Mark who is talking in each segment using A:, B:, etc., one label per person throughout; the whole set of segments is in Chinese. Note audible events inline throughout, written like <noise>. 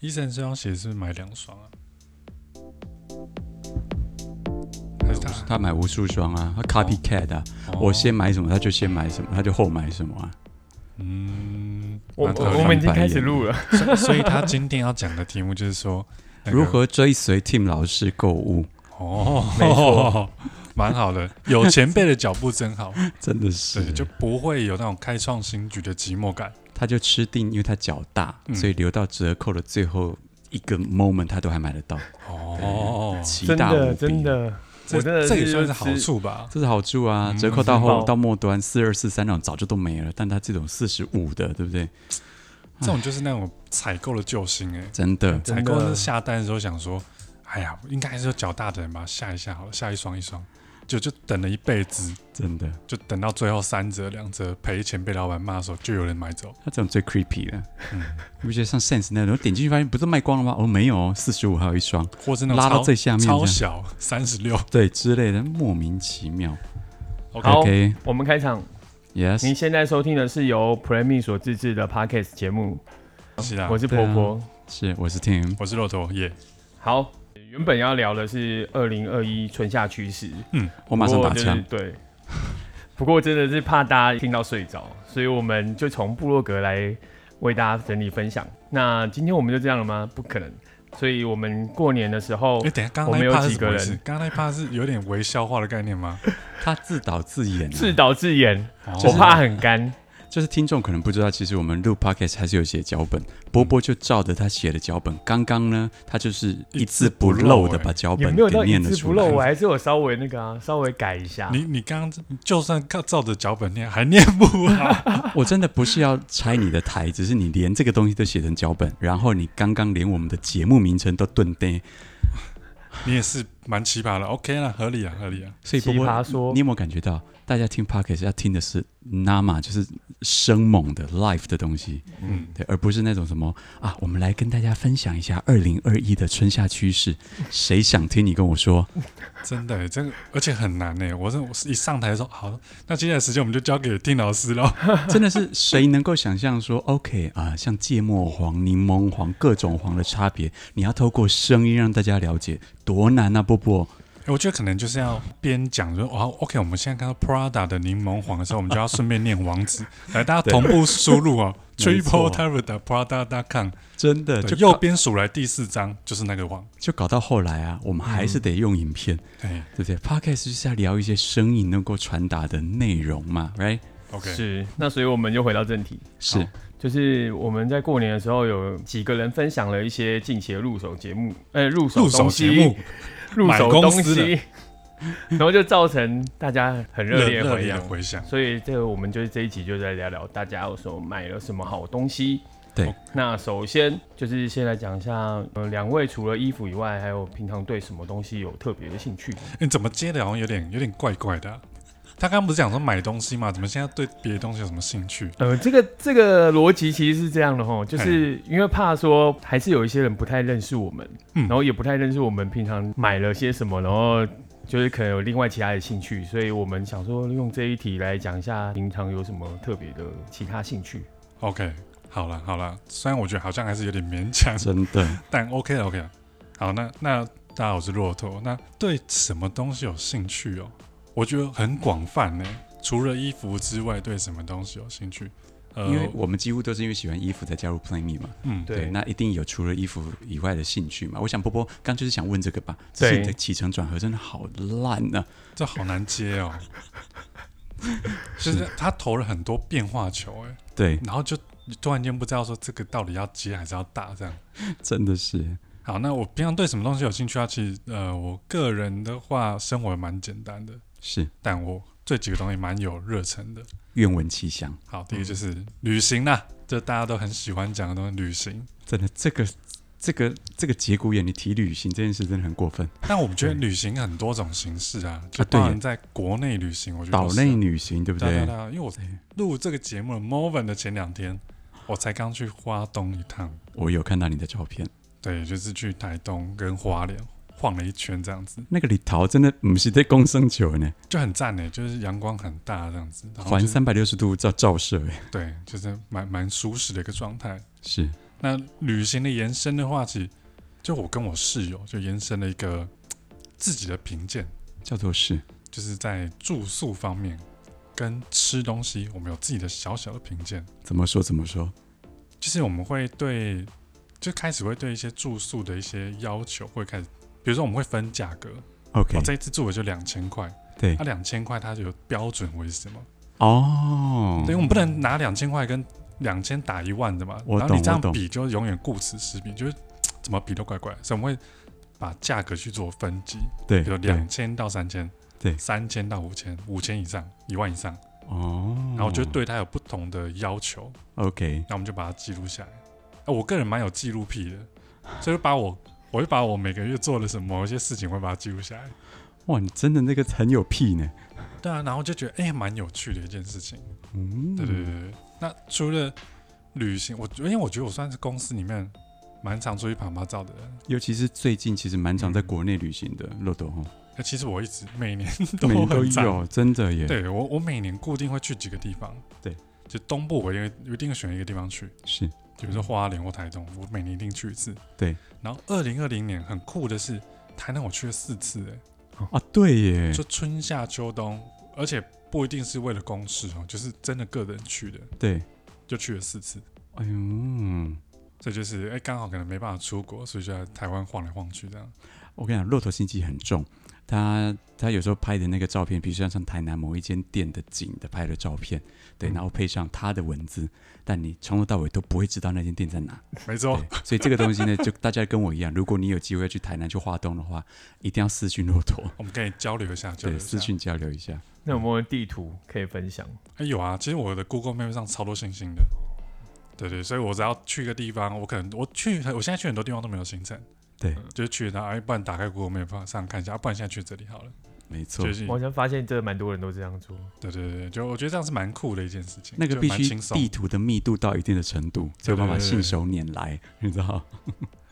A: 医生这双鞋是不是买两双啊？还是他？
B: 他买无数双啊，他 copycat 啊，
A: 哦
B: 我先买什么他就先买什么，他就后买什么啊。
A: 嗯，
C: 我
A: 蛮
B: 他
A: 合
C: 我
A: 理
C: 我
A: 的
C: 们已经开始录了，
A: 所以所以他今天要讲的题目就是说，那个
B: 如何追随 Tim 老师购物？ <laughs>
A: 哦，
C: 没错，
A: <laughs> 蛮好的，有前辈的脚步真好，
B: 真的是
A: 对，，就不会有那种开创新局的寂寞感。
B: 他就吃定，因为他脚大，
A: 嗯
B: 所以留到折扣的最后一个 moment 他都还买得到，
A: 哦，
B: 奇
C: 真
B: 大无
C: 的
B: 比。
C: 真的，
A: 这
C: 我真的
A: 这也
C: 是
A: 算是
C: 就
A: 好
C: 吃
A: 处吧？
B: 这是好处啊！
A: 嗯
B: 折扣到
C: 很
B: 后
C: 棒
B: 到末端四二四三那种早就都没了，但他这种四十五的，对不对？
A: 这种就是那种采购的救星哎、
B: 真的，
C: 真
A: 采
C: 的
A: 购是下单的时候想说，哎呀，应该还是有脚大的人吧，下一下好了，下一双一双，就就等了一辈子，
B: 真的，
A: 就等到最后三折两折赔钱被老板骂的时候，就有人买走。
B: 他这种最 creepy 的 <laughs>
A: 嗯，
B: 你不觉得像 Sense 那种点进去发现不是卖光了吗？哦，没有，四十五还有一双，
A: 或是那种
B: 拉到
A: 超
B: 最下面这
A: 超
B: 样，
A: 小三十六
B: 对之类的，莫名其妙。
A: ，OK，
C: 好
B: OK，
C: 我们开场。您
B: Yes，
C: 现在收听的是由 Premi 所自制的 Podcast 节目，
A: 是啦
B: 啊
C: 我，是婆婆。
B: 是我是 Tim，
A: 我是骆驼耶
B: 啊
C: 好，原本要聊的是二零二一春夏趋势，
B: 我嗯马上
C: 不过
B: 打
C: 就是
B: 枪。
C: 对，不过真的是怕大家听到睡着，所以我们就从部落格来为大家整理分享。那今天我们就这样了吗？不可能，所以我们过年的时候
A: 哎、，等一下，刚刚
C: 我
A: 那
C: 们
A: 一
C: 有
A: 趴是
C: 几
A: 怎么
C: 个
A: 回事
C: 人？
A: 刚刚那一趴是有点微消化的概念
C: <laughs>
A: 吗？
B: 他自导自演、
C: 自
B: 啊，
C: 导自演，
B: 就
C: 我
B: 是
C: 怕很干。
B: 就是听众可能不知道，其实我们录 podcast 还是有写脚本，波波就照着他写的脚本。刚刚呢，他就是一字不漏的把脚
C: 有
B: 本
C: 没有到
B: 给
C: 一
B: 念了
C: 字不哎
B: 出
C: 漏？啊
B: 来。
C: 我还是有稍微那个啊，稍微改一下。
A: 你你刚刚就算靠照着脚本念，还念不好。
B: <laughs> 我真的不是要拆你的台，只是你连这个东西都写成脚本，然后你刚刚连我们的节目名称都顿呆，
A: 你也是蛮奇葩的，OK 啦，合理啊，合理啊。
B: 所以波
C: 奇葩
B: 波，
C: 说
B: 你有没有感觉到大家听 podcast 要听的是 nama，就是生猛的 life 的东西？
A: 嗯，
B: 对，而不是那种什么啊，我们来跟大家分享一下二零二一的春夏趋势。谁想听你跟我说？ <laughs>
A: 真的耶，这个而且很难呢。我是我是一上台的时候，好，那接下来时间我们就交给丁老师
C: <laughs>
A: 喽。
B: 真的是谁能够想象说，OK 啊、像芥末黄、柠檬黄各种黄的差别，你要透过声音让大家了解，多难啊，波波！
A: 我觉得可能就是要边讲说，哦，OK，我们现在看到 Prada 的柠檬黄的时候，我们就要顺便念网
C: <laughs>
A: 址，来大家同步输入哦
B: 没错
A: ，triple t a r a t prada com，
B: 真的
A: 就
B: 就
A: 右
B: 搞
A: 边数来第四张就是那个网，
B: 就搞到后来啊，我们还是得用影片，
A: 哎
B: 对不对？Podcast 就是要聊一些声音能够传达的内容嘛，right？
A: ，OK，
C: 是，那所以我们就回到正题，
B: 是
C: 就是我们在过年的时候有几个人分享了一些近期的入手节目，呃，入手
A: 入手
C: 东
A: 节
C: 西
A: 目，
C: 入
A: 买
C: 手
A: 公
C: 东
A: 司的
C: 西，然后就造成大家很热烈
A: 热
C: 回
A: 烈
C: 响
A: 的。回响，
C: 所以这个我们就是这一集就在聊聊大家有时候买了什么好东西。
B: 对，
C: 那首先就是先来讲一下，呃，两位除了衣服以外，还有平常对什么东西有特别的兴趣？
A: 你怎么接的好像有点有点怪怪的啊、他刚刚不是讲说买东西嘛，怎么现在对别的东西有什么兴趣？
C: 呃，这个这个逻辑其实是这样的吼，就是因为怕说还是有一些人不太认识我们，
A: 嗯
C: 然后也不太认识我们平常买了些什么，然后就是可能有另外其他的兴趣，所以我们想说用这一题来讲一下平常有什么特别的其他兴趣。
A: OK，好了好了，虽然我觉得好像还是有点勉强，
B: 真的。
A: 但 OK 了 OK 了。好，那那大家好，我是骆驼。那对什么东西有兴趣哦？我觉得很广泛呢、除了衣服之外，对什么东西有兴趣？呃，
B: 因为我们几乎都是因为喜欢衣服才加入 Play Me 嘛，
A: 嗯，
C: 对
B: 对，那一定有除了衣服以外的兴趣嘛。我想波波刚就是想问这个吧，只是
C: 对
B: 你的起承转合真的好烂啊呢、
A: 这好难接哦。就是他投了很多变化球、欸，哎，
B: 对，
A: 然后就突然间不知道说这个到底要接还是要打这样。
B: 真的是
A: 好，那我平常对什么东西有兴趣啊？其实，呃，我个人的话，生活蛮简单的，
B: 是
A: 但我对几个东西蛮有热忱的。
B: 愿闻其详。
A: 好，第一个
B: 嗯
A: 就是旅行啦，这大家都很喜欢讲的东西，旅行。
B: 真的，这个这个这个节骨眼，你提旅行这件事真的很过分。
A: 但我们觉得旅行很多种形式啊，就
B: 啊
A: 包
B: 对耶
A: 含在国内旅行，我觉得
B: 岛
A: 都是啊
B: 内旅行，对不
A: 对啊
B: 对？
A: 对啊，因为我录这个节目的 Moven 的前两天，我才刚去花东一趟，
B: 我有看到你的照片，
A: 对，就是去台东跟花莲晃了一圈这样子，
B: 那个李桃真的不是在公生球呢，
A: 就很赞呢，就是阳光很大这样子，然后
B: 环
A: 就是
B: 三百六十度照照射，哎，
A: 对，就是蛮蛮舒适的一个状态。
B: 是
A: 那旅行的延伸的话，其实就我跟我室友就延伸了一个嘖自己的评鉴，
B: 叫做是
A: 就是在住宿方面跟吃东西，我们有自己的小小的评鉴。
B: 怎么说怎么说？
A: 就是我们会对，就开始会对一些住宿的一些要求会开始，比如说我们会分价格，
B: OK，
A: 我、这一次住的就两千块，
B: 对
A: 那两千块它有标准为什么？
B: 哦，
A: 对，我们不能拿两千块跟两千打一万的嘛，
B: 我
A: 然后你
B: 懂
A: 这样
B: 我懂
A: 比就永远顾此失彼，就是嘖怎么比都怪怪，所以我们会把价格去做分级，
B: 对，
A: 比如
B: 对
A: 两千到三千，
B: 对
A: 三千到五千，五千以上，一万以上，
B: 哦，
A: 然后就对它有不同的要求，
B: OK，
A: 那我们就把它记录下来。啊，我个人蛮有记录癖的，所以就把我，我就把我每个月做了什么某一些事情，会把它记录下来。
B: 哇，你真的那个很有屁呢，
A: 对啊，然后就觉得哎，蛮、有趣的一件事情。
B: 嗯，
A: 对对对对。对那除了旅行，我因为我觉得我算是公司里面蛮常出去爬爬照的人。
B: 尤其是最近其实蛮常在
A: 嗯
B: 国内旅行的，漏斗哦，
A: 那其实我一直每年 <laughs> 都
B: 每年都
A: 很常
B: 有，真的耶，
A: <laughs> 对我，我每年固定会去几个地方。
B: 对，
A: 就东部我一定会一定会选一个地方去，
B: 是
A: 比如说花莲或台中，我每年一定去一次。
B: 嗯对。
A: 然后二零二零年很酷的是，台南我去了四次、欸，
B: 啊，对耶，
A: 就春夏秋冬，而且不一定是为了公事哦，就是真的个人去的，
B: 对，
A: 就去了四次。
B: 哎呦。
A: 这就是哎，刚、好可能没办法出国，所以就在台湾晃来晃去这样。
B: 我跟你讲，骆驼心机很重。他他有时候拍的那个照片，比如说像台南某一间店的景的拍的照片，对，
A: 嗯
B: 然后配上他的文字，但你从头到尾都不会知道那间店在哪。
A: 没错
B: 对，，所以这个东西呢，就大家跟我一样，如果你有机会去台南去花东的话，一定要私讯骆
A: <laughs>
B: 驼，
A: 我们可以交流一下，交流
B: 对，
A: 一下
B: 私。讯交流一下。
C: 那有没有地图可以分享？
A: 哎、有啊，其实我的 Google Map 上超多星星的。对对，所以我只要去一个地方，我可能我去，我现在去很多地方都没有行程，
B: 对，
A: 就是去然后哎，不然打开 Google Map 上看一下，啊不然现在去这里好了。
B: 没错
A: 就，是
C: 我好像发现真的蛮多人都这样做。
A: 对对对，就我觉得这样是蛮酷的一件事情，
B: 那个
A: 就
B: 必
A: 蛮
B: 须
A: 轻松
B: 地图的密度到一定的程度，才有办法
A: 对对对
B: 信手拈来，你
A: <laughs>
B: 知道？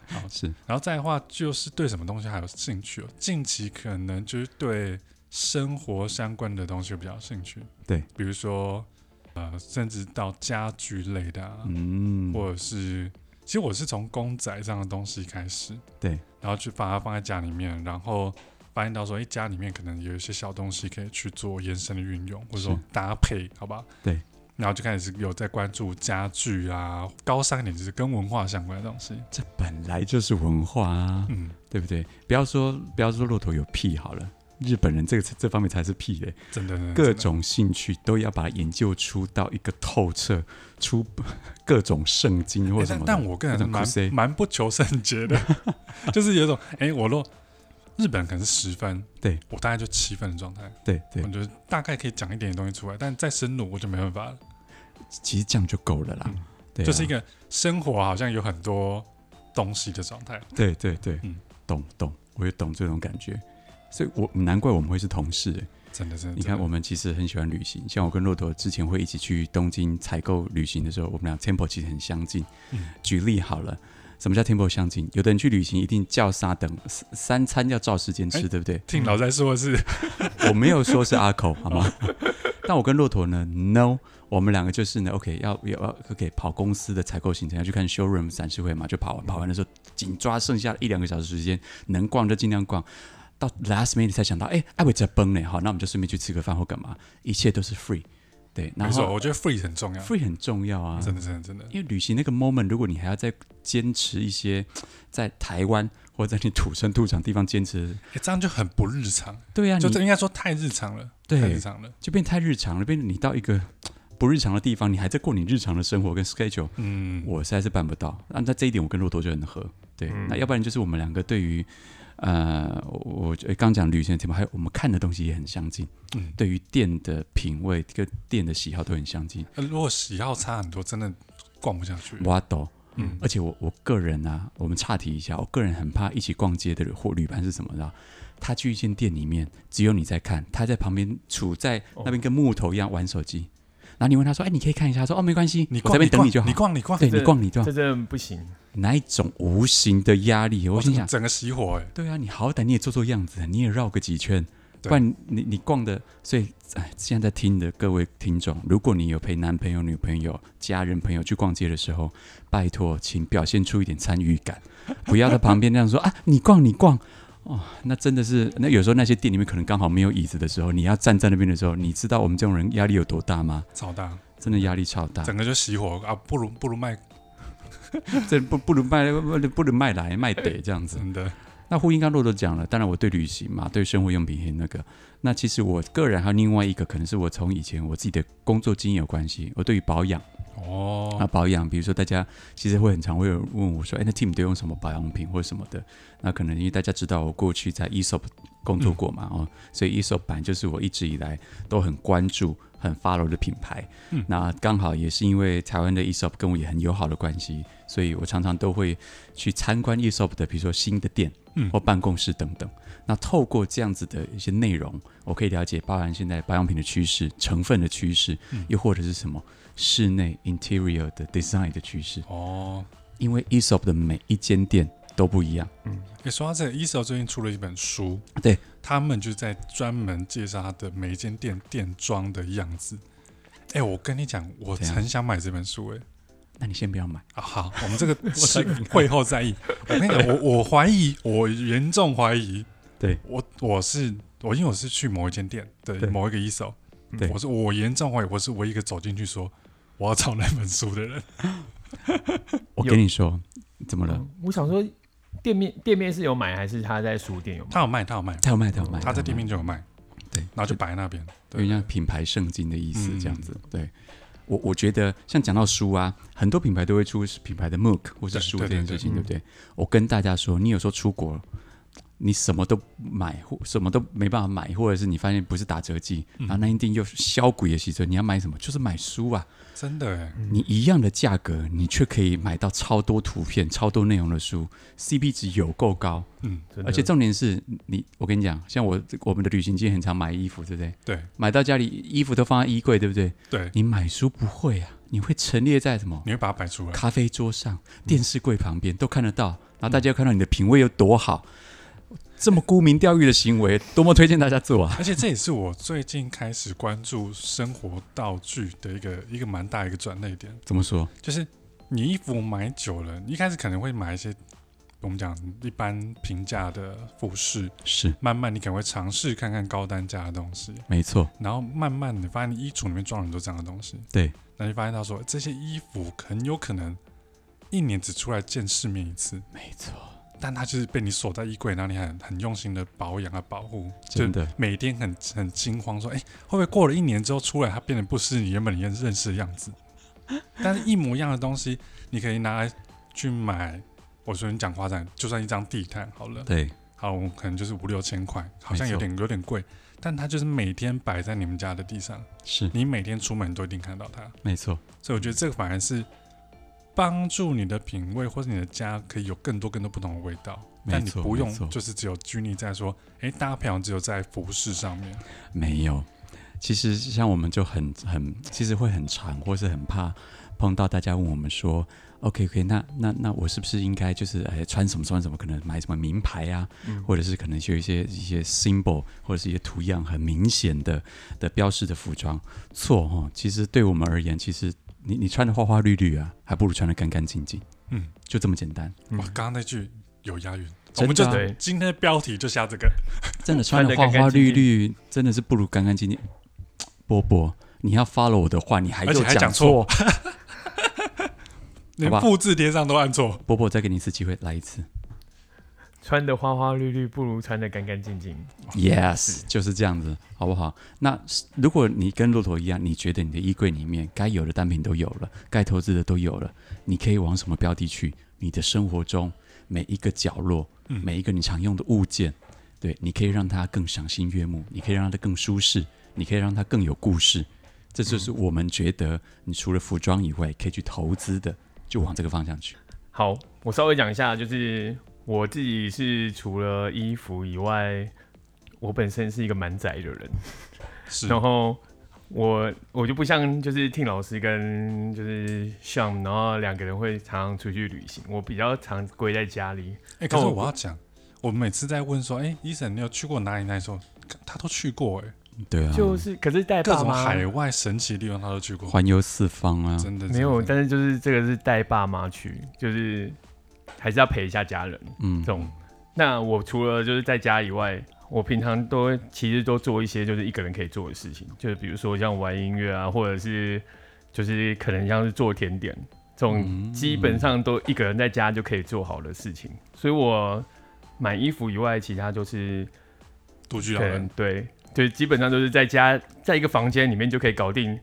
A: 好
B: 是
A: 然后再的话，就是对什么东西还有兴趣哦。近期可能就是对生活相关的东西比较有兴趣，
B: 对，
A: 比如说呃，甚至到家居类的、啊，
B: 嗯，
A: 或者是其实我是从公仔这样的东西开始，
B: 对，
A: 然后去把它放在家里面，然后发现到说，哎，家里面可能有一些小东西可以去做延伸的运用，或者说
B: 是
A: 搭配，好吧？
B: 对。
A: 然后就开始有在关注家具啊，高尚一点就是跟文化相关的东西。
B: 这本来就是文化啊。
A: 嗯，
B: 对不对？不要说不要说骆驼有屁好了，日本人这个这方面才是屁嘞，
A: 真的，真的
B: 各
A: 真的
B: 种兴趣都要把它研究出到一个透彻，出 <laughs> 各种圣经或
A: 欸
B: 什
A: 但
B: 么的。
A: 但我个人
B: 那种
A: 蛮
B: crusade
A: 蛮不求甚解
B: <laughs>
A: 的，就是有一种哎、欸我若日本可能是十分，
B: 对
A: 我大概就七分的状态，
B: 对对
A: 我，觉得大概可以讲一点点东西出来，但再深入我就没办法了。
B: 其实这样就够了啦。
A: 嗯
B: 对啊、
A: 就是一个生活好像有很多东西的状态，
B: 对对对，
A: 嗯
B: 懂懂，我也懂这种感觉。所以我难怪我们会是同事、欸。
A: 真的真的。
B: 你看，
A: 啊真的
B: 我们其实很喜欢旅行，像我跟骆驼之前会一起去东京采购旅行的时候，我们俩 tempo 其实很相近。
A: 嗯
B: 举例好了，什么叫 tempo 相近？有的人去旅行一定叫沙等三三餐要照时间吃，
A: 哎
B: 对不对？
A: 听老在说的是，
B: <laughs> 我没有说是阿口，好吗？ <laughs> 但我跟骆驼呢，no，我们两个就是呢，OK，要要要 OK 跑公司的采购行程，要去看 showroom 展示会嘛，就跑完跑完的时候，紧抓剩下一两个小时时间，能逛就尽量逛。到 last minute 才想到，哎、艾维在崩呢，好，那我们就顺便去吃个饭或干嘛，一切都是 free，对，然
A: 没错，
B: 后
A: 我觉得 free 很重要，
B: free 很重要啊，
A: 真的真的真的。
B: 因为旅行那个 moment，如果你还要再坚持一些在台湾或者在你土生土长地方坚持，
A: 欸这样就很不日常，
B: 对啊，
A: 就
B: 你
A: 这应该说太日常了，
B: 对
A: 太日常了。
B: 就变太日常了，变成你到一个不日常的地方，你还在过你日常的生活跟 schedule，
A: 嗯，
B: 我实在是办不到。那那这一点我跟骆驼就很合，对。
C: 嗯
B: 那要不然就是我们两个对于呃，我我刚讲旅行的题目，还有我们看的东西也很相近，
A: 嗯
B: 对于店的品味跟店的喜好都很相近。
A: 呃如果喜好差很多，真的逛不下去。
B: 我懂。
A: 嗯
B: 而且我我个人啊，我们岔题一下，我个人很怕一起逛街的人或旅伴是什么呢？他去一间店里面，只有你在看，他在旁边杵在那边跟木头一样玩手机。然后你问他说：“哎，你可以看一下。”他说：“哦，没关系，
A: 你
B: 我这
A: 逛，
B: 边等
A: 你
B: 就好。
A: 你逛，你逛，
B: 对啊
C: 这
B: 你逛你逛
C: 这，真的不行。
B: 哪一种无形的压力？我
A: 哇
B: 心
A: 这
B: 想，
A: 整个熄火哎、欸
B: 啊对啊，你好歹你也做做样子，你也绕个几圈，
A: 对
B: 不然你你逛的，所以哎，现在在听的各位听众，如果你有陪男朋友、女朋友、家人、朋友去逛街的时候，拜托，请表现出一点参与感， <laughs> 不要在旁边那样说啊，你逛你逛。哦，那真的是，那有时候那些店里面可能刚好没有椅子的时候，你要站在那边的时候，你知道我们这种人压力有多大吗？
A: 超大，
B: 真的压力超大，
A: 整个就熄火啊！不如不如卖，
B: 这不不如卖不不如卖来卖得这样子。
A: 真的
B: 那呼应刚洛都讲了，当然我对旅行嘛，对生活用品很那个。那其实我个人还有另外一个，可能是我从以前我自己的工作经验有关系，我对于保养
A: 哦
B: 啊，保养，比如说大家其实会很常会有人问我说，哎，那 Team 都用什么保养品或者什么的？那可能因为大家知道我过去在 ESOP 工作过
A: 嗯
B: 嘛，哦，所以 ESOP 版就是我一直以来都很关注、很 follow 的品牌。
A: 嗯
B: 那刚好也是因为台湾的 ESOP 跟我也很友好的关系，所以我常常都会去参观 ESOP 的，比如说新的店，
A: 嗯
B: 或办公室等等。那透过这样子的一些内容，我可以了解包含现在保养品的趋势、成分的趋势，
A: 嗯
B: 又或者是什么室内 interior 的 design 的趋势。
A: 哦。
B: 因为 ESOP 的每一间店都不一样，
A: 诶，说到这个 e s o 最近出了一本书，
B: 对
A: 他们就在专门介绍他的每一间店店装的样子。哎、我跟你讲，我
B: 怎样
A: 很想买这本书、诶。
B: 那你先不要买。
A: 啊，好，我们这
B: <laughs>
A: 个是会后再议。我跟你讲，我我怀疑，我严重怀疑，
B: 对
A: 我我是我，因为我是去某一间店的
B: 对
A: 某一个一手，
B: 对
A: 嗯我是我严重怀疑，我是唯一一个走进去说我要找那本书的人。
B: 我
C: 有
B: 跟你说，怎么了？
C: 嗯我想说，店面店面是有买还是他在书店有买？
A: 他有卖，他有卖，
B: 他有卖，他有卖，
A: 他在店
B: 有卖
A: 面就有卖，
B: 对，
A: 然后就摆在那边。
B: 有
A: 对
B: 点像品牌圣经的意思，
A: 嗯
B: 这样子。对我，我觉得像讲到书啊，很多品牌都会出品牌的 MOOC 或是
A: 对
B: 书
A: 对
B: 这件
A: 对嗯
B: 事情，对
C: 对
B: 不对？我跟大家说，你有时候出国，你什么都买或什么都没办法买，或者是你发现不是打折季，
A: 嗯
B: 然后那一定又销鬼的时候，你要买什么？就是买书啊。
A: 真的哎，
B: 你一样的价格，你却可以买到超多图片、超多内容的书，CP 值有够高。
A: 嗯，
C: 真的
B: 而且重点是你，我跟你讲，像我我们的旅行经很常买衣服，对不对？
A: 对
B: 买到家里衣服都放在衣柜，对不对？
A: 对，
B: 你买书不会啊，你会陈列在什么
A: 你会把它摆出来。
B: 咖啡桌上、
A: 嗯
B: 电视柜旁边都看得到，然后大家又看到你的品味有多好，这么沽名钓誉的行为，多么推荐大家做啊！
A: 而且这也是我最近开始关注生活道具的一个一个蛮大一个转捩点。
B: 怎么说？
A: 就是你衣服买久了，你一开始可能会买一些我们讲一般平价的服饰，
B: 是
A: 慢慢你可能会尝试看看高单价的东西，
B: 没错，
A: 然后慢慢你发现你衣橱里面装了很多这样的东西，
B: 对，
A: 那你发现到说这些衣服很有可能一年只出来见世面一次，
B: 没错，
A: 但它就是被你锁在衣柜，然后你很很用心的保养啊保护，就
B: 真的
A: 每天很很惊慌说，哎、会不会过了一年之后出来，它变得不是你原本认认识的样
B: <laughs>
A: 子？但是一模一样的东西，你可以拿来去买。我说你讲夸张，就算一张地毯好了，
B: 对，
A: 好，我们可能就是五六千块，好像
B: 没错
A: 有点有点贵，但它就是每天摆在你们家的地上，
B: 是
A: 你每天出门都一定看到它。
B: 没错，
A: 所以我觉得这个反而是帮助你的品味或者你的家可以有更多更多不同的味道，
B: 没
A: 但你
B: 错
A: 不
B: 没
A: 用
B: 错
A: 就是只有拘泥在说，哎、大家平常只有在服饰上面，
B: 没有。其实像我们就很很，其实会很长，或是很怕碰到大家问我们说，OK OK，那那那我是不是应该就是哎穿什么穿什么，可能买什么名牌啊，
C: 嗯
B: 或者是可能就有一些一些 symbol 或者是一些图样很明显的的标识的服装，错哦。其实对我们而言，其实你你穿的花花绿绿啊，还不如穿的干干净净，
A: 嗯，
B: 就这么简单。
C: 嗯
A: 哇，刚刚那句有押韵，我
B: 真
A: 们
B: 的
A: 就
B: 啊、
C: 对
A: 今天的标题就下这个，
B: 真的穿的
C: 穿
B: 花
C: 得干
B: 花
C: 干净
B: 绿
C: 净
B: 绿，真的是不如干干净净。波波，你要 follow 我的话，你还
A: 而且
B: 又
A: 还讲
B: 错。
A: <laughs> 连
B: 好吧
A: 复制贴上都按错，
B: 波波，再给你一次机会，来一次。
C: 穿的花花绿绿，不如穿的干干净净。
B: Yes，就是这样子，好不好？那如果你跟骆驼一样，你觉得你的衣柜里面该有的单品都有了，该投资的都有了，你可以往什么标的去？你的生活中每一个角落，
A: 嗯
B: 每一个你常用的物件，对，你可以让它更赏心悦目，你可以让它更舒适，你可以让它更有故事。这就是我们觉得，你除了服装以外，可以去投资的，就往这个方向去。
C: 好，我稍微讲一下，就是我自己是除了衣服以外，我本身是一个蛮宅的人，
A: 是
C: 然后我我就不像就是听老师跟就是像，然后两个人会常常出去旅行，我比较常归在家里。
A: 哎、可是
C: 那我
A: 我要讲，我每次在问说，哎、医生，你有去过哪里？那时候他都去过哎、
B: 对啊，
C: 就是可是带
A: 各
C: 爸
A: 种
C: 妈
A: 海外神奇的地方他都去过，
B: 环游四方啊，
A: 真的
C: 嗯没有，
A: 真的
C: 但是就是这个是带爸妈去，就是还是要陪一下家人
B: 嗯
C: 这，种。那我除了就是在家以外，我平常都会其实都做一些就是一个人可以做的事情，就是比如说像玩音乐啊，或者是就是可能像是做甜点这种，
B: 嗯
C: 基本上都一个人在家就可以做好的事情。所以我买衣服以外，其他就是
A: 独居老
C: 对
A: 人，
C: 对，就是基本上都是在家，在一个房间里面就可以搞定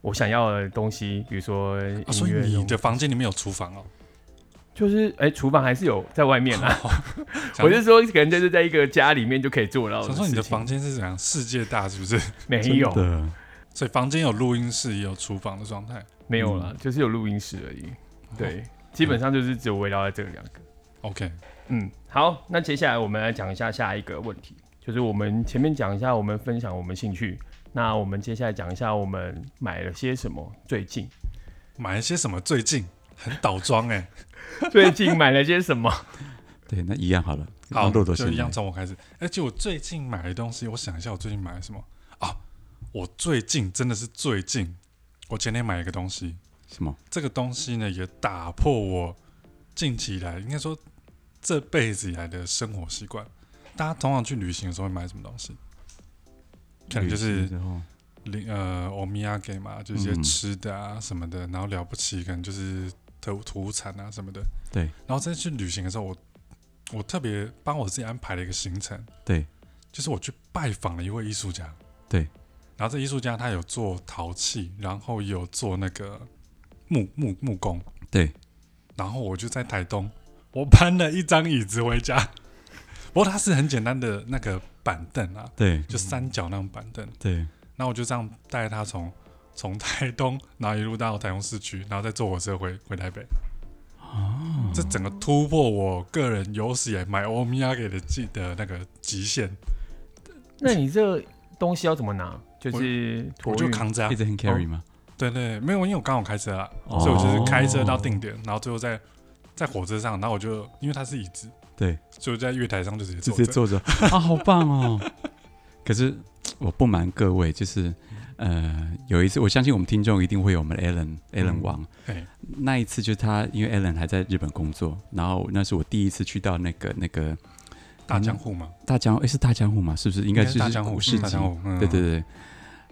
C: 我想要的东西，比如说音
A: 啊，所以
C: 乐这
A: 你
C: 种、
A: 的房间里面有厨房哦，
C: 就是哎，厨房还是有在外面啊。
A: 想
C: 我是说，可能就是在一个家里面就可以做到的
A: 想
C: 事
A: 说
C: 情。
A: 你的房间是怎样世界大是不是？
C: 没
B: 真
C: 有
B: 的，
A: 所以房间有录音室，也有厨房的状态。
C: 没有啦，就是有录音室而已。对，基本上就是只有围绕在这两个。
A: ，OK，
C: 嗯，好，那接下来我们来讲一下下一个问题，就是我们前面讲一下我们分享我们兴趣，那我们接下来讲一下我们买了些什么最近。 <laughs>
A: 买了些什么？最近很倒装哎、
C: 最近买了些什么？
B: 对，那一样 <laughs> 好了，
A: 好，
B: 让骆驼
A: 就
B: 先
A: 一
B: 来
A: 样从我开始。而且我最近买的东西，我想一下，我最近买了什么啊？我最近真的是最近，我前天买了一个东西，
B: 什么？
A: 这个东西呢也打破我近期以来，应该说这辈子以来的生活习惯。大家通常去旅行的时候会买什么东西？可能就是
B: 旅行之后
A: 零呃欧米亚给嘛，就是一些
B: 嗯
A: 吃的啊什么的，然后了不起可能就是土土产啊什么的。
B: 对，
A: 然后再去旅行的时候，我我特别帮我自己安排了一个行程，
B: 对，
A: 就是我去拜访了一位艺术家，
B: 对，
A: 然后这艺术家他有做陶器，然后也有做那个木木木工，
B: 对，
A: 然后我就在台东，我搬了一张椅子回家，不过它是很简单的那个板凳啊，
B: 对
A: 就三角那种板凳，
B: 对，
A: 然后我就这样带他从从台东，然后一路到台东市区，然后再坐火车回回台北。哦，这整个突破我个人有史以来买欧米亚给的记的那个极限，
C: <laughs> 那你这东西要怎么拿？就是托
A: 我就
C: 运。
A: 扛着、啊
B: 一。直很 carry 吗？
A: 对对，没有，因为我刚好开车啦，
B: 哦
A: 所以我就是开车到定点，然后最后在在火车上，然后我就因为它是椅子，
B: 对，
A: 所以我在月台上就直接
B: 直
A: 坐
B: 接
A: 着。
B: 坐着
A: <laughs>
B: 啊，好棒哦！ <laughs> 可是我不瞒各位，就是呃，有一次，我相信我们听众一定会有我们 Alan
A: 嗯
B: Alan 王，
A: 嘿
B: 那一次就是他，因为 Alan 还在日本工作，然后那是我第一次去到那个那个
A: 大江户嘛，
B: 大江，诶，是大江户嘛？是不是？嗯应
A: 应
B: 该是
A: 大江户，
B: 市
A: 是大
B: 集
A: 江。户。嗯
B: 对对，对。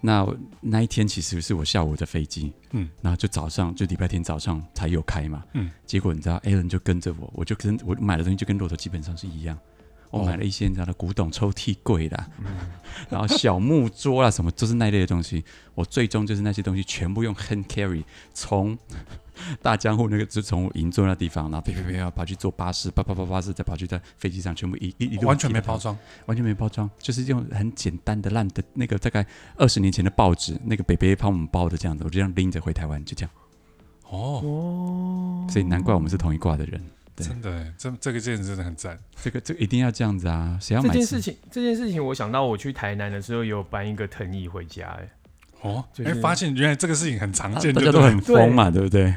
B: 那我那一天其实是我下午的飞机，
A: 嗯，
B: 然后就早上就礼拜天早上才有开嘛，
A: 嗯，
B: 结果你知道 Alan 就跟着我，我就跟我买的东西就跟骆驼基本上是一样，我
A: 哦
B: 买了一些你知道的古董抽屉柜啦，
A: 嗯
B: 然后小木桌啊啦什么，就是那一类的东西，我最终就是那些东西全部用 hand carry 从大江户那个就从我银座那地方，然后啪啪啪啪跑去坐巴士，啪啪啪巴士再跑去在飞机上全部一一一路
A: 嗯完全
B: 提
A: 没
B: 到
A: 包装，
B: 完全没包装，就是用很简单的烂的那个大概二十年前的报纸，那个北北帮我们包的这样子，我就这样拎着回台湾，就这样。
A: 哦，
C: 哦，
B: 所以难怪我们是同一挂的人。对
A: 真的耶，这这个件真的很赞。
B: 这个这个一定要这样子啊！谁要
C: 这
B: 买
C: 件事情，这件事情，我想到我去台南的时候有搬一个藤椅回家，哎，
A: 哦，哎、
C: 就是
A: 发现原来这个事情很常
B: 啊
A: 见，
B: 大
A: 就
B: 家都
A: 对了
B: 很疯嘛，对不对？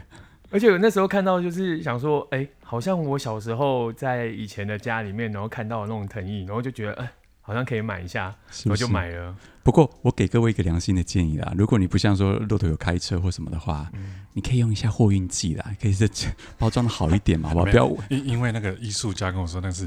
C: 而且我那时候看到就是想说，哎、好像我小时候在以前的家里面，然后看到有那种藤椅，然后就觉得，哎、好像可以买一下，
B: 是不
C: 然后
B: 是
C: 就。买了。
B: 不过我给各位一个良心的建议啦，如果你不像说骆驼有开车或什么的话，你可以用一下货运寄啦，可以是包装的好一点嘛，好不好？
A: 没
B: 不要啊
A: 因因为那个艺术家跟我说那是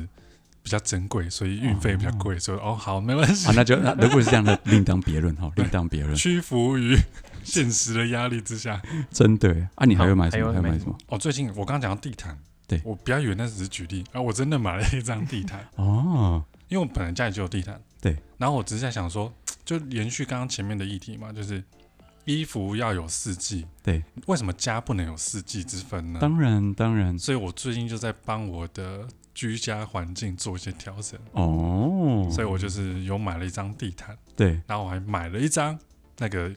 A: 比较珍贵，所以运费比较贵，所以哦好没关系
B: 啊，，那就那如果是这样的，另当别论哈，另当别论。
A: 屈服于 <laughs> 现实的压力之下。
B: 真的耶啊，你还
C: 好
B: 会买什
C: 还
B: 么？
C: 有
B: 还会
C: 买
B: 买
C: 什
B: 什么？
A: 哦，最近我刚刚讲到地毯，
B: 对
A: 我不要以为那只是举例，而、啊我真的买了一张地毯，
B: 哦，
A: 因为我本来家里就有地毯，
B: <laughs> 对，
A: 然后我只是在想说，就延续刚刚前面的议题嘛，就是衣服要有四季，
B: 对，
A: 为什么家不能有四季之分呢？
B: 当然当然
A: 所以我最近就在帮我的居家环境做一些调整，
B: 哦，
A: 所以我就是有买了一张地毯。
B: 对，
A: 然后我还买了一张那个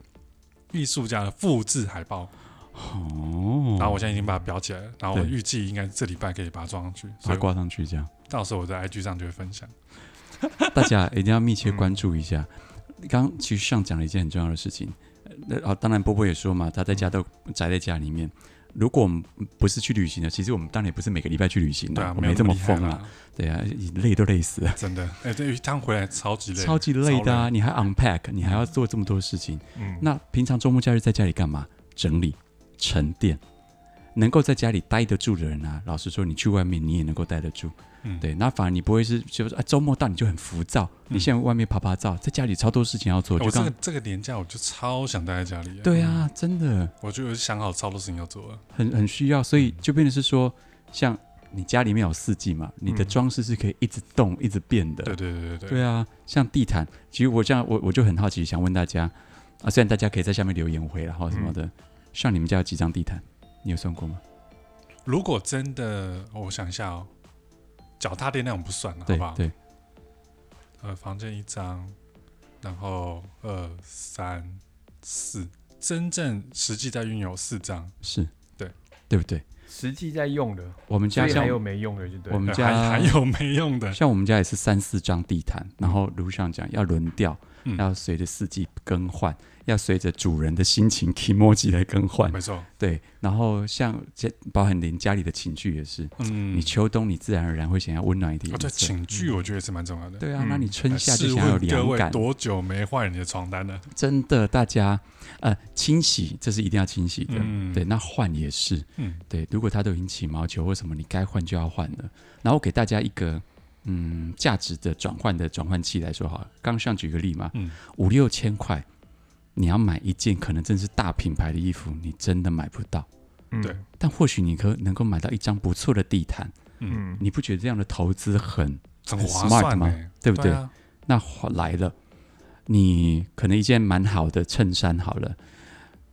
A: 艺术家的复制海报，
B: 哦，
A: 然后我现在已经把它裱起来了，然后我
B: 对
A: 预计应该这礼拜可以把它装上去，
B: 把
A: 所
B: 它
A: 以
B: 挂上去，这样
A: 到时候我在 IG 上就会分享。
B: 大家一定要密切关注一下。刚刚哦其实上讲了一件很重要的事情，呃，啊，当然波波也说嘛，他在家都宅在家里面。如果我们不是去旅行的，其实我们当然也不是每个礼拜去旅行的，
A: 对啊，
B: 我
A: 有
B: 这
A: 那
B: 么
A: 厉害
B: 疯啊
A: 啦，，
B: 对啊，累都累死了。
A: 真的。哎，对，一趟回来超级累，
B: 超级累
A: 超
B: 的啊！你还 unpack，你还要做这么多事情。
C: 嗯，
B: 那平常周末假日在家里干嘛？整理、沉淀。能够在家里待得住的人啊，老实说，你去外面你也能够待得住。
A: 嗯
B: 对，那反而你不会是就是啊，周末到你就很浮躁，你现在外面拍拍照，在家里超多事情要做。
A: 哎嗯
B: 就
A: 我这
B: 刚
A: 个这个年假我就超想待在家里，，嗯
B: 对啊，真的
A: 我就有想好超多事情要做了，
B: 很很需要，所以就变成是说，像你家里面有四季嘛，你的
C: 嗯
B: 装饰是可以一直动、一直变的。
A: 对对对对
B: 对，啊，像地毯，其实我这样，我我就很好奇，想问大家啊，虽然大家可以在下面留言回，然后什么
A: 嗯
B: 的，像你们家有几张地毯？你有算过吗？
A: 如果真的，我想一下哦，脚踏垫那种不算了，好
B: 对
A: 不好？
B: 对，
A: 呃，房间一张，然后二三四，真正实际在拥有四张，
B: 是，
A: 对
B: 对不对？
C: 实际在用的，
B: 我们
C: 所
B: 家
C: 以还有
B: 像
C: 没用的，就对
B: 我
C: 了。
B: 们
A: 呃
B: 家
A: 还还有没用的？
B: 像我们家也是三四张地毯，然后如上讲要轮调，
A: 嗯
B: 要随着四季更换，要随着主人的心情 emoji 来更换，
A: 没错，
B: 对。然后像家包含连家里的情趣也是，
A: 嗯，
B: 你秋冬你自然而然会想要温暖一点
A: 哦，对，
B: 颜色，
A: 寝具我觉得也是蛮重要的。
B: 对啊，那
C: 嗯
B: 你春
A: 呃
B: 夏
A: 试
B: 就想要有
A: 问各
B: 凉
A: 位
B: 感，
A: 多久没换你的床单了？
B: 真的，大家呃清洗这是一定要清洗的，
A: 嗯
B: 对，那换也是
A: 嗯，
B: 对。如果它都已经起毛球或什么，你该换就要换的。然后给大家一个嗯价值的转换的转换器来说好了，刚上举个例嘛，
A: 嗯
B: 五六千块。你要买一件可能真是大品牌的衣服，你真的买不到。
C: 嗯
A: 对，
B: 但或许你可能够买到一张不错的地毯，
C: 嗯，
B: 你不觉得这样的投资很
A: 很
B: 很
A: 划
B: smart
A: 算
B: 吗
A: 欸
B: 对不对
A: 啊
B: 那花来了，你可能一件蛮好的衬衫好了，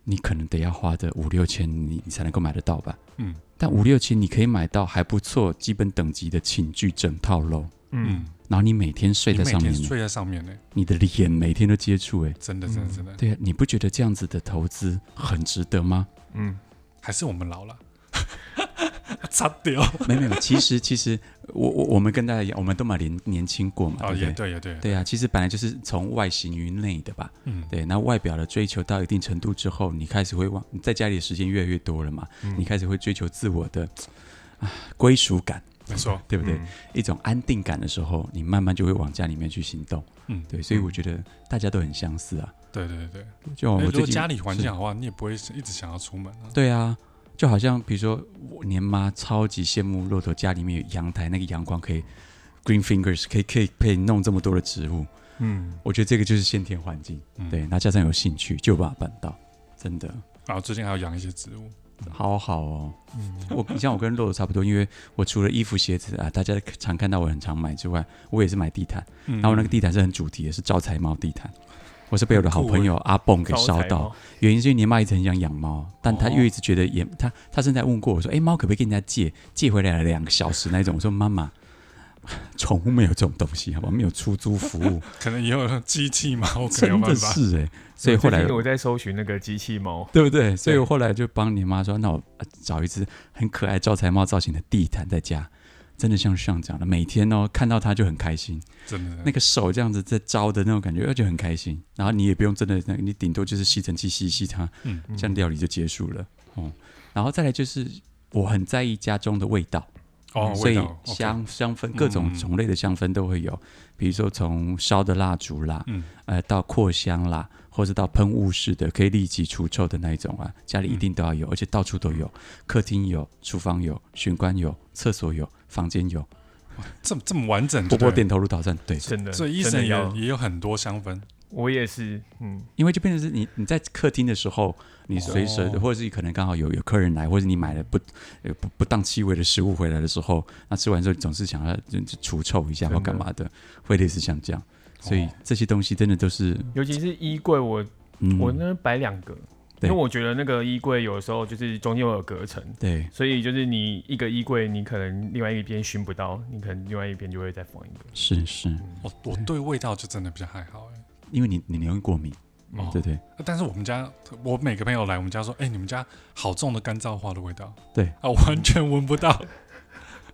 B: 你可能得要花的五六千，你你才能够买得到吧？
A: 嗯
B: 但五六千你可以买到还不错、基本等级的寝具整套喽。
C: 嗯
A: 嗯，
B: 然后你每天睡
A: 你
B: 在
A: 每
B: 上
A: 天
B: 面呢，
A: 睡在上面呢，
B: 你的脸每天都接触，哎，
A: 真的真的真的，
B: 对啊，你不觉得这样子的投资很值得吗？ <laughs>
C: 嗯
A: 还是我们老了， <laughs> 擦掉
B: 没没没，其实其实我我我们跟大家一样，我们都蛮年年轻过嘛，
A: 哦，
B: 对
A: 也
B: 不对？
A: 对也对，
B: 对啊，其实本来就是从外形于内的吧。
A: 嗯，
B: 对，那外表的追求到一定程度之后，你开始会忘，你在家里的时间越来越多了嘛，
C: 嗯
B: 你开始会追求自我的啊归属感，
A: 没错，
B: 对不对？
C: 嗯
B: 一种安定感的时候，你慢慢就会往家里面去行动。
A: 嗯
B: 对，所以我觉得大家都很相似啊。
A: 对对对对。
B: 就哦我
A: 哎
B: 们
A: 如
B: 最
A: 果
B: 近
A: 家里环境
B: 是
A: 好的话，你也不会一直想要出门啊。
B: 对啊，就好像比如说我年妈超级羡慕骆驼家里面有阳台，那个阳光可以 green fingers，可以可以可以弄这么多的植物。
C: 嗯，
B: 我觉得这个就是先天环境，
A: 嗯
B: 对，那加上有兴趣就有办法办到，真的。
A: 然后最近还有养一些植物，
B: 好好哦，
C: 嗯
B: 我你像我跟洛洛差不多，因为我除了衣服、鞋子啊，大家常看到我很常买之外，我也是买地毯。
A: 然
B: 然后那个地毯是很主题的，是招财猫地毯。我是被我的好朋友
A: 欸
B: 阿蹦给烧
C: 哦
B: 到，，原因是因为年妈一直很想养猫，但她
A: 哦
B: 又一直觉得也她她甚至还问过我说：“哎，猫可不可以跟人家借？借回来了两个小时那种。”我说：“妈妈， <laughs> 宠物没有这种东西，好吧？没有出租服务，
A: <laughs> 可能也有机器嘛，我可能有
B: 真
A: 办
B: 的
A: 法。
B: 是哎、所以后来
C: 最近我在搜寻那个机器猫，
B: <laughs> 对不对？所以
A: 对
B: 我后来就帮你妈说，那我呃找一只很可爱招财猫造型的地毯在家，真的像上讲的，每天哦看到它就很开心，
A: 真的，
B: 那个手这样子在招的那种感觉，呃就很开心。然后你也不用真的，那你顶多就是吸尘器吸一吸它，
A: 嗯
B: 这样料理就结束了。哦、然后再来就是我很在意家中的味道，
A: 哦，
B: 嗯所
A: 味
B: 以
A: 道，OK，
B: 香香氛各种
A: 嗯
B: 种类的香氛都会有，比如说从烧的蜡烛啦，
A: 嗯
B: 呃，到扩香啦，或者到喷雾式的，可以立即除臭的那一种啊，家
A: 嗯
B: 里一定都要有，而且到处都有，客厅有，厨房有，玄关有，厕所有，房间有。
A: 这么这么完整，
B: 波
A: 对
B: 波
A: 不对？
B: 点头如捣蒜，对，
C: 真的，
A: 所以医
C: 真
A: 生
C: 的要
A: 也，也有很多香氛，
C: 我也是，嗯
B: 因为就变成是你你在客厅的时候，你随手、
A: 哦
B: 或者是可能刚好有有客人来，或者你买了不有不不当气味的食物回来的时候，那吃完之后你总是想要就就除臭一下或
C: 真的
B: 干嘛的，会类似像这样。所以
A: 哦
B: 这些东西真的都是，
C: 尤其是衣柜，我
B: 嗯，
C: 我那摆两个，因
B: 对
C: 为我觉得那个衣柜有时候就是中间会有隔层，
B: 对
C: 所以就是你一个衣柜，你可能另外一边熏不到，你可能另外一边就会再放一个。
B: 是是，
A: 我哦我对味道就真的比较还好哎。
B: 因为你你容易过敏，
C: 哦
B: 对对。
A: 但是我们家，我每个朋友来我们家说，哎，你们家好重的干燥花的味道，
B: 对
A: 啊，完全闻不到，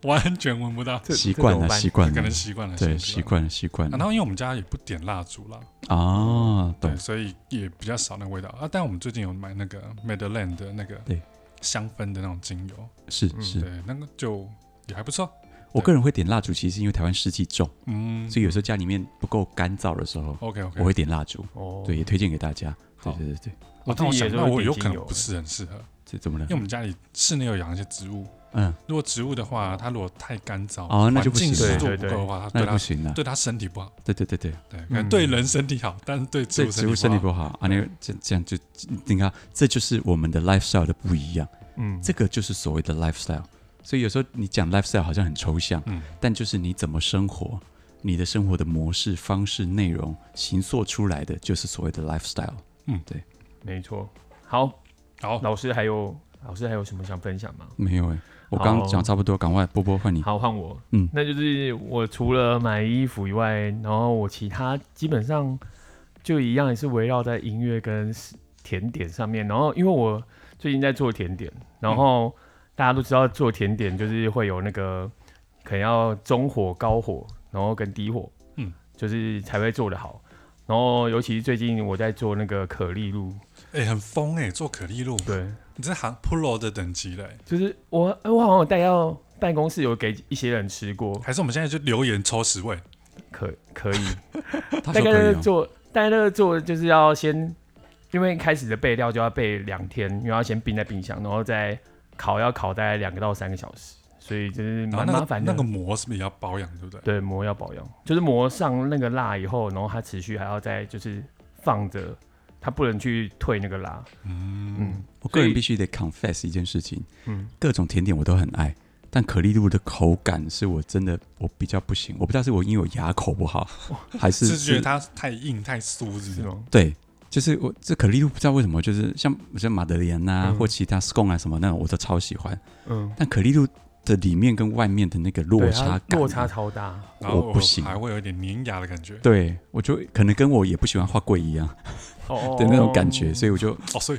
A: 完全闻不到，
C: 这
B: 习惯
C: 这怎么
B: 了，
C: 办
B: 习惯
A: 可能
B: 了，
A: 习惯了，
B: 嗯对，习惯了，习惯
A: 啊
B: 了
A: 然。后因为我们家也不点蜡烛啦，
B: 哦，
A: 对，啊
B: 懂，
A: 所以也比较少那个味道啊。但我们最近有买那个 Madeline 的那个
B: 对
A: 香氛的那种精油，
B: 是
C: 嗯
B: 是，
A: 对，那个就也还不错。
B: 我个人会点蜡烛，其实是因为台湾湿气重，
A: 嗯，
B: 所以有时候家里面不够干燥的时候，
A: OK OK，
B: 我会点蜡烛。
C: 哦，
B: 对，也推荐给大家。对
A: 好
B: 对对对，
C: 我
A: 哦，
C: 自
A: 但我
C: 己
A: 想
C: 也都
A: 那
C: 会
A: 我
C: 点
A: 有
C: 精
A: 可
C: 油
A: 能不是很适合，
B: 这怎么了
A: 因为？我们家啊里室内有养一些植物，
B: 嗯，
A: 如果植物的话，它如果太干燥，
B: 哦那就
A: 环
B: 不行
A: 境湿度
C: 对
A: 不
C: 对
A: 够的话，它对
B: 那就不
A: 它
B: 行了。啊
A: 对它身体不好，
B: 对对对对，
A: 对，可能
C: 嗯
A: 对人身体好，但是对植
B: 这
A: 物
B: 植物身
A: 身
B: 体
A: 体不
B: 不
A: 好。嗯
B: 好啊，那个这这样就你看，啊这就是我们的 lifestyle 的不一样，
C: 嗯，
B: 这个就是所谓的 lifestyle。所以有时候你讲 lifestyle 好像很抽象，
A: 嗯
B: 但就是你怎么生活，你的生活的模式、方式、内容、形塑出来的，就是所谓的 lifestyle。
C: 没错。好，
A: 好，
C: 老师还有老师还有什么想分享吗？
B: 没有哎、我刚
C: 好
B: 讲差不多，赶快波波换你。
C: 好，换我。
B: 嗯
C: 嗯，那就是我除了买衣服以外，然后我其他基本上就一样，也是围绕在音乐跟甜点上面。然后因为我最近在做甜点，然后大家都知道做甜点就是会有那个可能要中火、高火，然后跟低火，
A: 嗯
C: 嗯，就是才会做得好。然后尤其是最近我在做那个可丽露，
A: 哎，很疯哎，做可丽露，
C: 对，
A: 你这行 pro 的等级嘞，
C: 就是我哎我好像有带到办公室有给一些人吃过，
A: 还是我们现在就留言抽十位？
C: 可可以。
B: 他说
C: 大
B: 可
C: 概那
B: 以、
C: 个
B: 哦，
C: 做，大概那个做就是要先，因为开始的备料就要备两天，因为要先冰在冰箱，然后再烤，要烤大概两个到三个小时，所以就是
A: 然
B: 啊
A: 后
C: 蛮
A: 那
C: 麻
A: 个
C: 烦
A: 那
C: 的。
A: 个膜是不是也要保养，对不对？
C: 对，膜要保养，就是膜上那个蜡以后，然后它持续还要再就是放着，它不能去退那个蜡。
A: 嗯
C: 嗯，
B: 我个人
C: 所以
B: 必须得 confess 一件事情，
C: 嗯，
B: 各种甜点我都很爱，但可丽露的口感是我真的我比较不行，我不知道是我因为我牙口不好，还是
A: 是觉得它太硬太酥，是
C: 是
A: 吗？
C: 吗？
B: 对，就是我这可丽露不知道为什么，就是像像马德莲呐、
C: 嗯
B: 或其他 scone 啊什么那种我都超喜欢，
C: 嗯，
B: 但可丽露的里面跟外面的那个落
C: 对它
B: 差感，啊
C: 落差超大。
A: 然后
B: 我不行
A: 还会有一点粘牙的感觉。 <laughs>
B: 对我就可能跟我也不喜欢花柜一样
C: 哦
B: 的那种感觉，所以我就
A: 哦，所以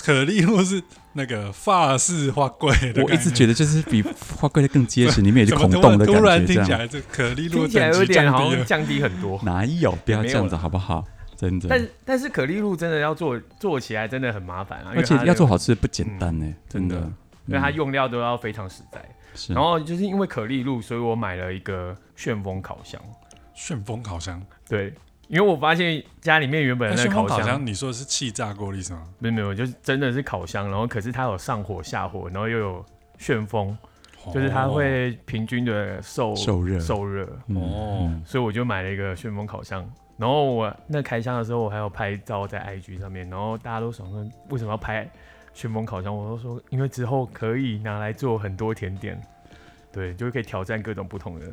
A: 可丽露是那个法式花柜的概念，
B: 我一直觉得就是比花柜的更结
A: <laughs>
B: 实，里面有一
A: 怎
B: 个
A: 么突
B: 孔洞
A: 然
B: 的
A: 突然听
B: 感觉，这
A: 起
B: 样
A: 来这可丽露
C: 听起来
A: 等
C: 有
A: 级
C: 点好
A: 降低
C: 像
A: 了。
C: 降低很多。
B: 哪有？不要
C: 没
B: 这
C: 有
B: 样子
C: 啦
B: 好不好？真的，
C: 但是但是可丽露真的要做做起来真的很麻烦啊，因为
B: 而且
C: 它
B: 要
C: 的
B: 做好吃不简单呢、真
A: 嗯真的
B: 的。
C: 因为它用料都要非常实在。
B: 是，
C: 然后就是因为可丽露，所以我买了一个旋风烤箱。
A: 旋风烤箱，
C: 对，因为我发现家里面原本
A: 那
C: 的那
A: 旋
C: 个
A: 风
C: 烤
A: 烤
C: 箱，
A: 箱，你说的是气炸锅的意思吗？
C: 没有没有，就是真的是烤箱，然后可是它有上火下火，然后又有旋风，就是它会平均的受
B: 受热
C: 受热，
A: 哦
B: 嗯
C: 所以我就买了一个旋风烤箱。然后我那开箱的时候，我还有拍照在 IG 上面，然后大家都想问为什么要拍旋风烤箱，我都说因为之后可以拿来做很多甜点，对，就可以挑战各种不同的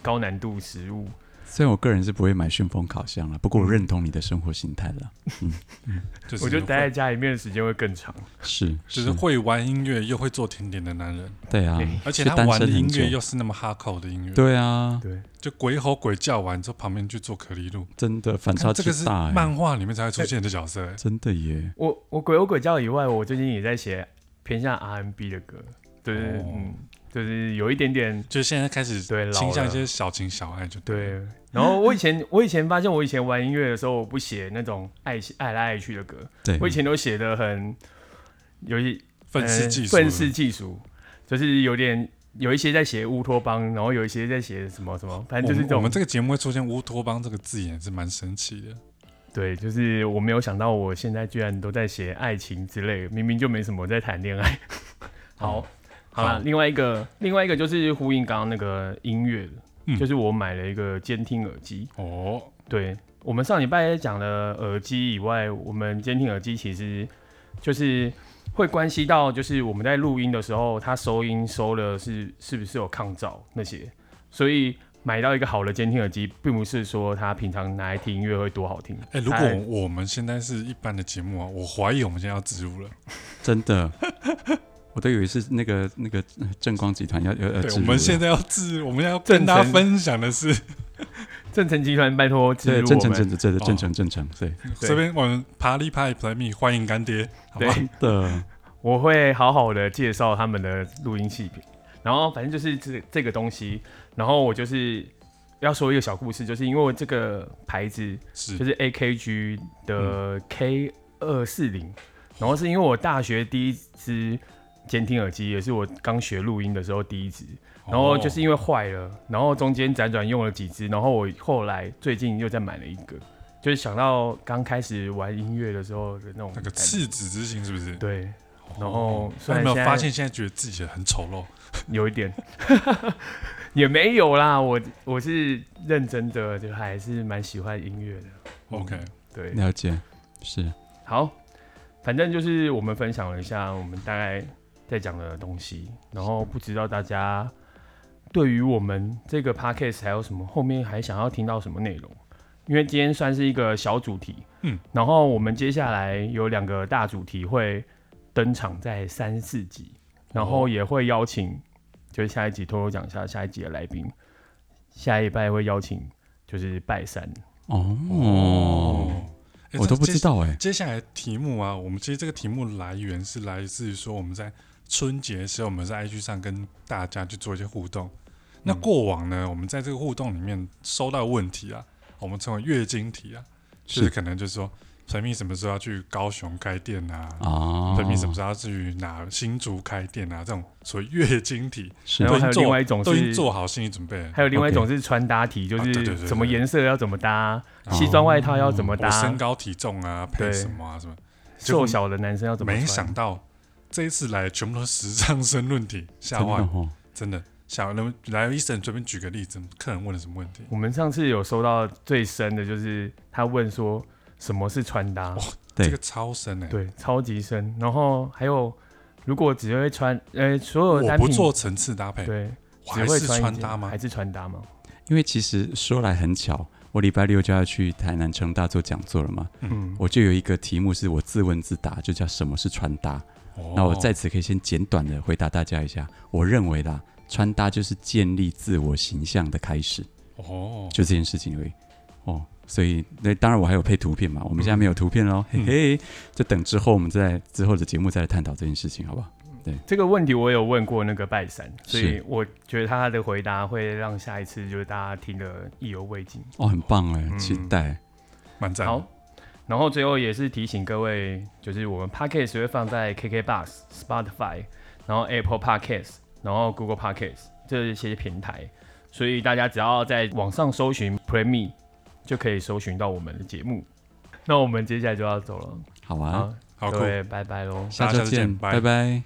C: 高难度食物。
B: 虽然我个人是不会买旋风烤箱了，不过我
A: 嗯
B: 认同你的生活形态了。
A: 就是
C: 我觉得待在
A: 会
C: 家里面的时间会更长。
B: 是，
A: <laughs> 就是会玩音乐又会做甜点的男人，
B: 对啊
C: 对，
A: 而且
B: 是
A: 他
B: 单
A: 玩的
B: 身很
A: 音
B: 久
A: 乐又是那么哈口的音乐，
B: 对啊，
C: 对，
A: 就鬼吼鬼叫完之后旁边去做可丽露，
B: 真的反差
A: 看这
B: 之
A: 个是
B: 大、欸，
A: 漫画里面才会出现的角色，欸
B: 真的耶。
C: 我我鬼有鬼叫以外，我最近也在写偏向 RMB 的歌，对，是
A: 哦
C: 嗯，就是有一点点
A: 就现在开始
C: 对老
A: 倾向一
C: 了
A: 些小情小爱，就了
C: 对。然后我以前我以前发现，我以前玩音乐的时候，我不写那种爱爱来爱去的歌，
B: 对，
C: 我以前都写的很有一
A: 嗯愤世
C: 呃
A: 嫉俗，
C: 愤世嫉俗，就是有点有一些在写乌托邦，然后有一些在写什么什么，反正就是这
A: 我们我
C: 种
A: 们这个节目会出现乌托邦这个字眼是蛮神奇的。
C: 对，就是我没有想到我现在居然都在写爱情之类的，明明就没什么在谈恋
A: <laughs>
C: 爱。好，好
A: 哦好
C: 了，另外一个，另外一个就是呼应刚刚那个音乐的，
A: 嗯
C: 就是我买了一个监听耳机。
A: 哦，
C: 对我们上礼拜讲了耳机以外，我们监听耳机其实就是会关系到，就是我们在录音的时候，它收音收的是是不是有抗噪那些，所以。买到一个好的监听耳机，并不是说它平常拿来听音乐会多好听。
A: 哎、如
C: 它
A: 果我们现在是一般的节目啊，我怀疑我们现在要植入了。
B: 真的，我都以为是那个那个呃正光集团要要要
A: 对，
B: 植
A: 我
B: 入
A: 们
B: 了
A: 现在要植，我们要跟大家分享的是，
C: 正成集团拜托植
B: 对
C: 入
B: 正
C: 我
B: 常
C: 们。
B: 正常正
A: 哦
B: 常正常正常，对，
C: 对
A: 这边我们爬力派 play me 欢迎干爹，好吧？ <laughs>
C: 对，
B: 的
C: 我会好好的介绍他们的录音器品。然后反正就是这这个东西，然后我就是要说一个小故事，就是因为我这个牌子
A: 是嗯
C: 就是 AKG 的 K 二四零，然后是因为我大学第一只监听耳机，也是我刚学录音的时候第一只，
A: 哦
C: 然后就是因为坏了，然后中间辗转用了几支，然后我后来最近又再买了一个，就是想到刚开始玩音乐的时候的那种
A: 那个
C: 感觉
A: 赤子之心是不是？
C: 对，
A: 哦，
C: 然后虽
A: 那
C: 然
A: 有没有
C: 现在
A: 发现现在觉得自己很丑陋？
C: 有一点， <laughs> 也没有啦，我我是认真的，就还是蛮喜欢音乐的。
A: OK，
C: 对，
B: 了解，是
C: 好，反正就是我们分享了一下我们大概在讲的东西，然后不知道大家对于我们这个 podcast 还有什么后面还想要听到什么内容？因为今天算是一个小主题，
A: 嗯，
C: 然后我们接下来有两个大主题会登场在三四集，然后也会邀请，就是下一集偷偷讲一下下一集的来宾，下一拜会邀请就是拜山，
B: 哦，
A: 诶
B: 我都不
A: 这
B: 知道哎、
A: 接下来题目啊，我们其实这个题目来源是来自于说我们在春节的时候，我们在 IG 上跟大家去做一些互动。那
B: 嗯
A: 过往呢，我们在这个互动里面收到问题啊，我们称为月经题啊，就是
B: 是
A: 可能就是说，神秘什么时候要去高雄开店啊？
B: 哦，
A: 神秘什么时候要去哪新竹开店啊？这种所谓月经题，
B: 是
C: 然后还
A: 都已经
C: 有
A: 做
C: 另外一种
A: 都已
C: 是
A: 经做好心理准备了。
C: 还有另外一种是穿搭题，就
A: 啊对对对
C: 是
A: 对
C: 什么颜色要怎么搭，
A: 哦
C: 西装外套要怎么搭
A: 我，身高体重啊，配
C: 对
A: 什么啊什么？
C: 瘦小的男生要怎么
A: 没
C: 穿
A: 想。到这一次来全部都是时尚申论题，吓
B: 真的
A: 坏了，
B: 哦，
A: 真的吓坏了。那来医生随便举个例子，客人问了什么问题？
C: 我们上次有收到最深的就是他问说什么是穿搭，
B: 对
A: 这个超深哎、
C: 对，超级深。然后还有如果只会穿，呃，所有
A: 我
C: 单
A: 不
C: 品
A: 做层次搭配，
C: 对，
A: 我
C: 只
A: 还
C: 会
A: 是
C: 穿一
A: 穿
C: 件
A: 搭吗
C: 还？是穿搭吗？
B: 因为其实说来很巧，我礼拜六就要去台南成大做讲座了嘛，
C: 嗯，
B: 我就有一个题目是我自问自答，就叫什么是穿搭。
A: 哦
B: 那我在此可以先简短的回答大家一下，我认为啦，穿搭就是建立自我形象的开始，
A: 哦，
B: 就这件事情而已。哦，所以那当然我还有配图片嘛，我们现在没有图片喽，
A: 嗯
B: 嘿嘿，就等之后我们再之后的节目再来探讨这件事情，好不好？
C: 这个问题我有问过那个拜山，所以
B: 是
C: 我觉得他的回答会让下一次就是大家听得意犹未尽。
B: 哦，很棒哎，
C: 嗯
B: 期待。
A: 蛮赞的。
C: 好，然后最后也是提醒各位，就是我们 Podcast 会放在 KKBox、Spotify，然后 Apple Podcast，然后 Google Podcast 这些平台，所以大家只要在网上搜寻 Premi，就可以搜寻到我们的节目。那我们接下来就要走了，
B: 好啊，
C: 好，
A: 好，
C: 各
A: 酷。
C: 位拜拜喽。
B: 下
A: 大家下
B: 周
A: 次见
B: 见，
A: 拜
B: 拜拜